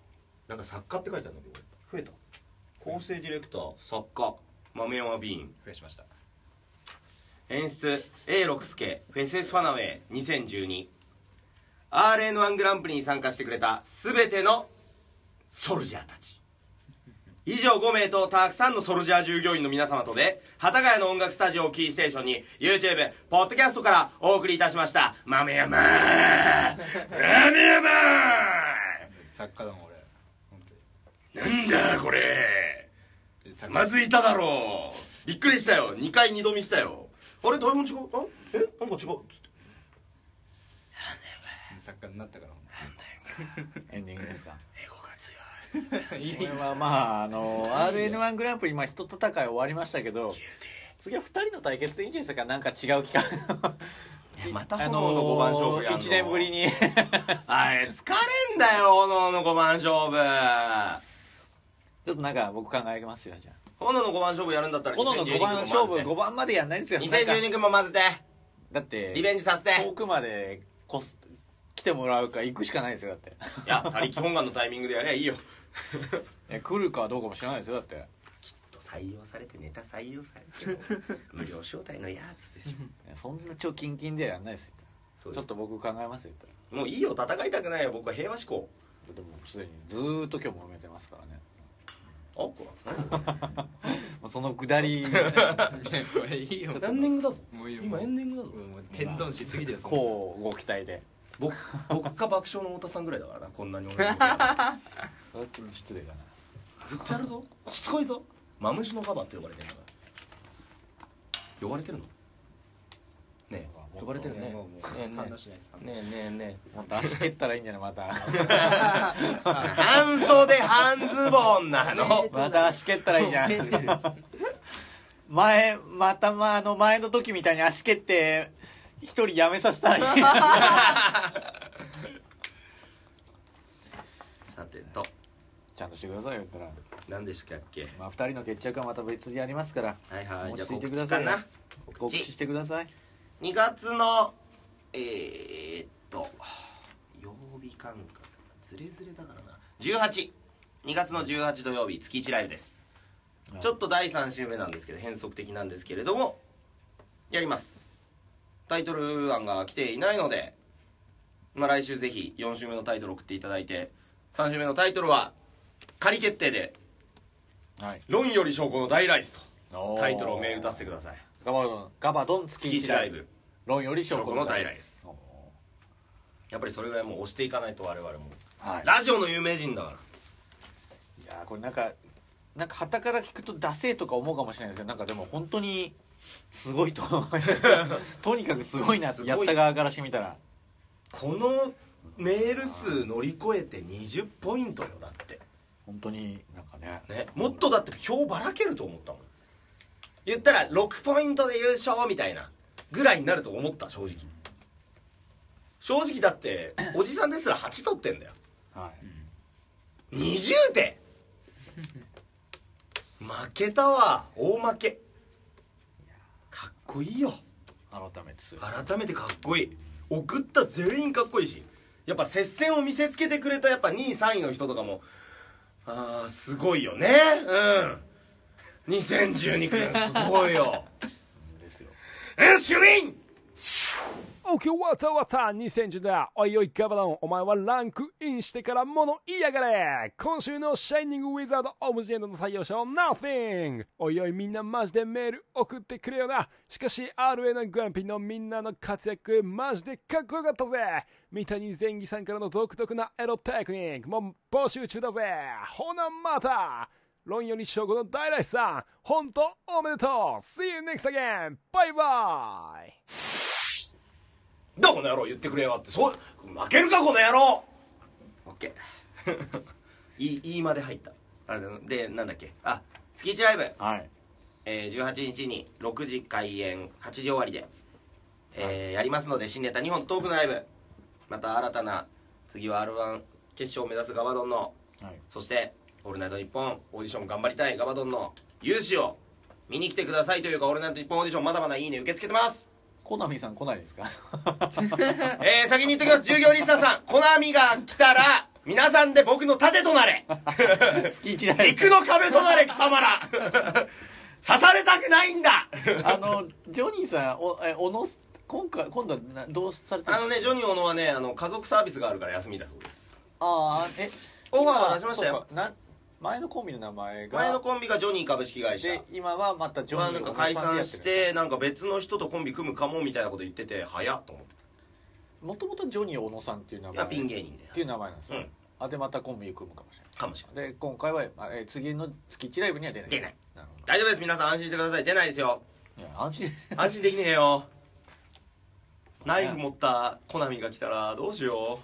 ーなんか作家って書いてあるんだけど増えた構成ディレクター作家豆山ビーン
増やしました
演出 A 六輔フェスエスファナウェイ 2012RN1 グランプリに参加してくれた全てのソルジャーたち以上5名とたくさんのソルジャー従業員の皆様とで幡ヶ谷の音楽スタジオをキーステーションに YouTube ポッドキャストからお送りいたしました豆山豆山
作家だもん俺本
なんだこれ
当に
つまずいただろうびっくりしたよ2回二度見したよあれ台本違うあえなんか違う
作家になったからほんと
エンディングですか
英語が強い
これはまああの RN1 グランプリ今一戦い終わりましたけど次は二人の対決でいいんじゃないですかなんか違う企画
また炎の五番勝負やんの
1年ぶりに
あれ疲れんだよ炎の五番勝負
ちょっとなんか僕考えますよじゃ
炎の五番勝負やるんだった
あ
ら
炎の5番勝負5番までやんないんですよなんか
2012君も混ぜて
だって
リベンジさせて
遠くまでこす来てもらうか行くしかないですよだって
いや他力本願のタイミングでやりゃいいよ
いや来るかどうかも知らないですよだって
採用されてネタ採用されてもう無料招待のやつでし
そんな超キンキンではやんないですよ
ょ
ちょっと僕考えますよ言
も
っ
ういいよ戦いたくないよ僕は平和志向
たらでもすでにずーっと今日も揉めてますからね
あっこは
もうそのくだ り
いやこれいいよ
エンディングだぞ
もういいよ
今エンディングだぞ
もう天丼しすぎだよそんな
こうご期待で
僕僕か爆笑の太田さんぐらいだからなこんなに俺のことや
それはちょっと失礼だな
るずっとやるぞしつこいぞマムシのカバーって呼ばれてんだから呼ばれてるのねえ呼ばれてるね
もうもう
ねえねえ
反応しないです
ねえねえね
もう出し切ったらいいんじゃないまた
半袖半ズボンなの
また足蹴ったらいいじゃん 前またまあの前の時みたいに足蹴って一人やめさせたら いい
さてと
ちゃんとしてくださいよ言ったら
何でしたっけ
まあ2人の決着はまた別にありますから
はいはいじゃあ
落ち着
告
いてくだ
知
さ
か
い
な
告知してください
2月のえー、っと曜日感覚ズレズレだからな182月の18土曜日月1ライブですちょっと第3週目なんですけど変則的なんですけれどもやりますタイトル案が来ていないので、まあ、来週ぜひ4週目のタイトル送っていただいて3週目のタイトルは仮決定で
はい
「論より証拠の大ライス」とタイトルをメール出
出
してください
ガバドンガバドン月
月
1
1
ラ
ラ
イ
イ
ブ
ブ
論より
証
証拠
拠
の
の
大
大
ラ
ラ
イ
イ
ス
スやっぱりそれぐらいもう押していかないと我々も
はい
ラジオの有名人だから
いやーこれなんかなんか旗から聞くとダセーとか思うかもしれないですけどなんかでも本当にすごいと思います とにかくすごいなって
すごい
やった側からしてみたら
このメール数乗り越えて20ポイントよだって
本当になんかね
ねもっとだって票ばらけると思ったもん言ったら6ポイントで優勝みたいなぐらいになると思った正直正直だっておじさんですら8取ってんだよ
はい
20点負けたわ大負けかっこいいよ
改めてすごい
改めてかっこいい送った全員かっこいいしやっぱ接戦を見せつけてくれたやっぱ2位3位の人とかもあーすごいよねうん2012くんすごいよ
ですよ
うん主任
OK わたわた2010だおいおいガバドンお前はランクインしてから物言いやがれ今週のシャイニングウィザードオブジェンドの採用者は Nothing おいおいみんなマジでメール送ってくれよなしかし RN グランピーのみんなの活躍マジでかっこよかったぜ三谷前儀さんからの独特なエロテクニックも募集中だぜほなまた論より証拠の大来さん本当おめでとう See you next again! バイバイ
だこの野郎言ってくれやがってそう負けるかこの野郎オッケー いいいいまで入ったあのでなんだっけあ月1ライブ
はい
えー18日に6時開演8時終わりで、えーやりますので新ネタ2本とトークのライブまた新たな次は r 1決勝を目指すガバドンの
はい
そして「オールナイトニッポン」オーディション頑張りたいガバドンの勇姿を見に来てくださいというか「オールナイトニッポン」オーディションまだまだいいね受け付けてます
コナミさん 来ないですか
えー先に言っておきます従業リスナーさんコナミが来たら皆さんで僕の盾となれ
好き嫌い
肉の壁となれ貴様ら刺されたくないんだ
あのジョニーさんおえおの今回今度はなどうされた
あのねジョニー小野はねあの家族サービスがあるから休みだそうです
ああえ
オファーは出しましたよ
そうかな前のコンビの名前が
前のコンビがジョニー株式会社
で今はまたジョ
まあ
ニ
な
ー
んか
の
解散してなんか別の人とコンビ組むかもみたいなこと言ってて早っと思って
もともとジョニー小野さんっていう名
いや
前
ピン
っ
芸人で
ていう名前なんですよ、
うん
あでまたコンビ組むかもしれ
かもしれない
ないで今回は、あえー次の月一ライブには出ない
出ない
なるほ
大丈夫です皆さん安心してください出ないですよ
どいや安心
安心できねえよナイフ持ったコナミが来たらどうしよ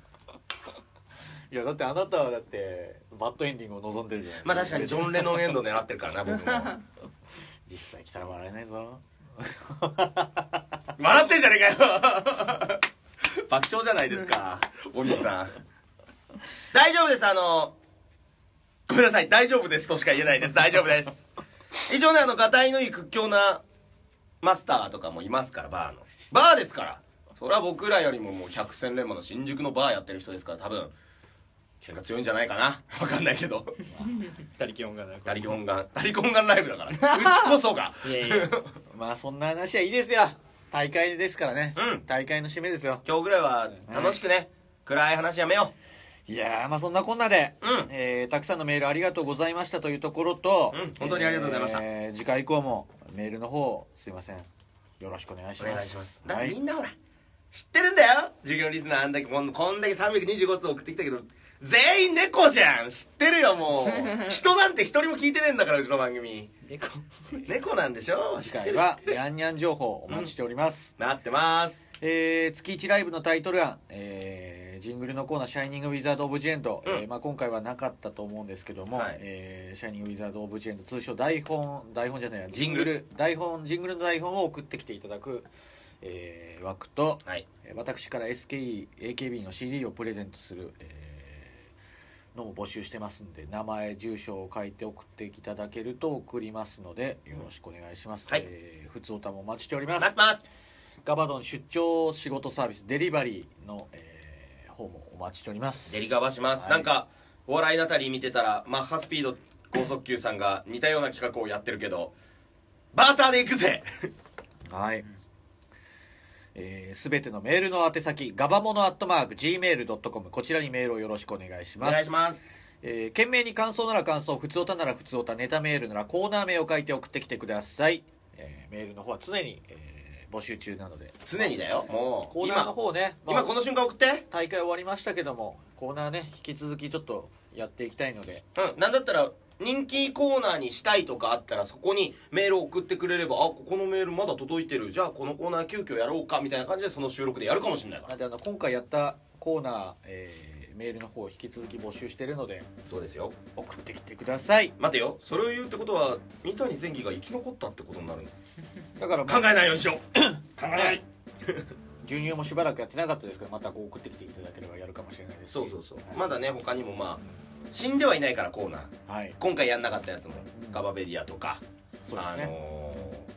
いやだってあなたはだってバッドエンディングを望んでるじゃないう
まあ確かにジョン・レノンエンド狙ってるからな僕も
実際来たら笑えないぞ
笑ってんじゃねえか よ爆笑じゃないですかお兄さん 大丈夫ですあのごめんなさい大丈夫ですとしか言えないです大丈夫です 以上ねあのがたいのいい屈強なマスターとかもいますからバーのバーですからそれは僕らよりももう百戦錬磨の新宿のバーやってる人ですから多分喧嘩強いんじゃないかな分かんないけど
二人気音がなく
ダリコンガンダリコンガンライブだから うちこそが
いやいやまあそんな話はいいですよ大会ですからね、
うん
大会の締めですよ
今日ぐらいは楽しくね暗い話やめよ
いやーまあそんなこんなで、
うん
えーたくさんのメールありがとうございましたというところと、
うん本当にありがとうございました
えー次回以降もメールの方すいませんよろしくお願いし
お
ます
願いしますだっ
は
てみ
い
んなほら知ってるんだよ授業リスナーあんだけこんこんだけ325通送ってきたけど全員猫じゃん知ってるよも う人なんて一人も聞いてねえんだからうちの番組
猫
猫なんでしょ知
次
って
回
る
は
知ってる
ニャンニャン情報お待ちしております、
なってます
えー月1ライブのタイトル案、えージングルのコーナー「シャイニング・ウィザード・オブ・ジ・エンド」
うん
えーまあ、今回はなかったと思うんですけども「
はい
えーシャイニング・ウィザード・オブ・ジ・エンド」通称台本台本じゃないや
ジ
ジ
ン
ン
グ
グ
ル
ル台本ジングルの台本を送ってきていただく、えー枠と、
はい
えー私から SKEAKB の CD をプレゼントする、えーのも募集してますんで名前住所を書いて送っていただけると送りますのでよろしくお願いします、
はい
えー普通おたもお待ちしております
なってます
ガバドン出張仕事サービスデリバリーの、えー方もお待ちしております
デリカバします、
はい
なんかお笑いナタリー見てたらマッハスピード高速球さんが似たような企画をやってるけどバーターで行くぜ
はいえーすべ、てのメールの宛先ガバモノアットマーク Gmail.com こちらにメールをよろしくお願いし
お
ます
願いします
えー懸命に感想なら感想普通おたなら普通おたネタメールならコーナー名を書いて送ってきてください、えーメールの方は常に、えー募集中なので
常にだよも
コ
う
ーナー
今
の方ね、まあ
今この瞬間送って
大会終わりましたけどもコーナーね引き続きちょっとやっていきたいので
うん、なんだったら人気コーナーにしたいとかあったらそこにメールを送ってくれればあここのメールまだ届いてるじゃあこのコーナー急遽やろうかみたいな感じでその収録でやるかもしれないか
な
ら
んであの今回やったコーナー、えーメールの方を引き続き募集してるので
そうですよ
送ってきてください
待てよそれを言うってことは三谷前儀が生き残ったってことになるの
だから、
考
まあ、
えないようにしよう 考えない
授乳もしばらくやってなかったですからまたこう送ってきていただければやるかもしれないですし
そうそうそう
はい
まだね他にもまあ死んではいないからコーナー
はい
今回やんなかったやつもガバベリアとか、
そうです
あ
ね
の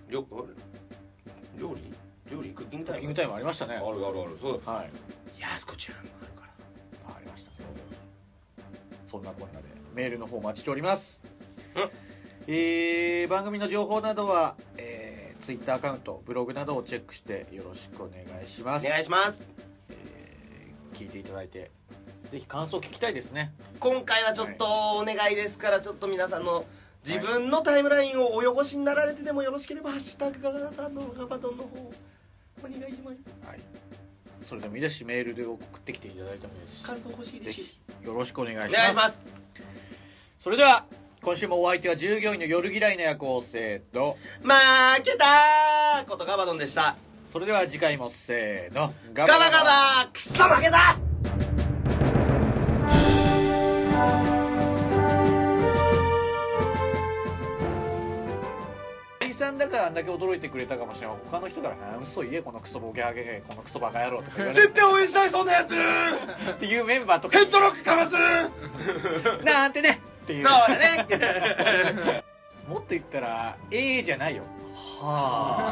ー、料料理料理クッキング
ク
タ
ッ
イ
キン
ム
グタイムありましたね
ある
はい
あるあるそう
あ
やすこちゃんもあるから
ありましたそんなこんなでメールの方お待ちしております
うん
えー番組の情報などは、えー、Twitter アカウントブログなどをチェックしてよろしくお願いします
お願いします
聞いていただいてぜひ感想聞きたいですね
今回はちょっとお願いですからちょっと皆さんの自分のタイムラインをお汚しになられてでもよろしければ「ハッシュタグガガさんのガバドン」の方お願いします
はい、それでもいいですしメールで送ってきていただいてもいいです
感想欲しいで
し
す
ぜひよろしくお願いし
お
ます
願いします
それでは今週もお相手は従業員の夜嫌いな夜行性と
負けたーことガバドンでした
それでは次回もせーのガ
ガバガバーくっそ負けた
鳥さんだからあんだけ驚いてくれたかもしれない他の人から「あ嘘言えこのクソボケハゲゲこのクソバカ野郎」とか言 われる
対応援したいそんなや つ
っていうメンバーとか
ヘッドロックかます
なんてねっていう
そうだね
もっと言ったら「ええじゃないよ」は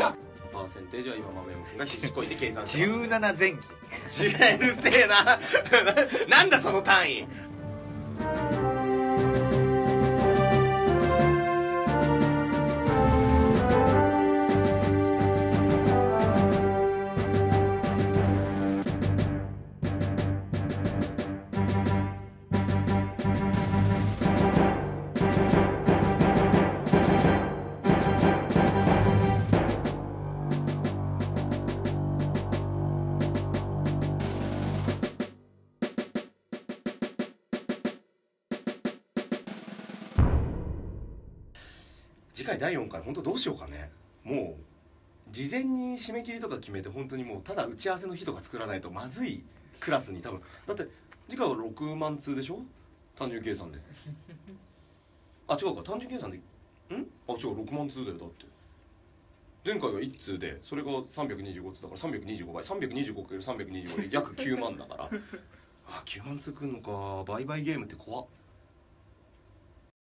あ
パーセンテージは今 豆も君が必死こいて計算してます
17前期
じらうるせえな なんだその単位次回第4回本当どうしようかねもう事前に締め切りとか決めて本当にもうただ打ち合わせの日とか作らないとまずいクラスに多分だって次回は6万通でしょ単純計算であ違うか単純計算でんあ違う6万通だよだって前回が1通でそれが325通だから325倍 325×325 で約9万だからあ9万通くんのか売買ゲームって怖っ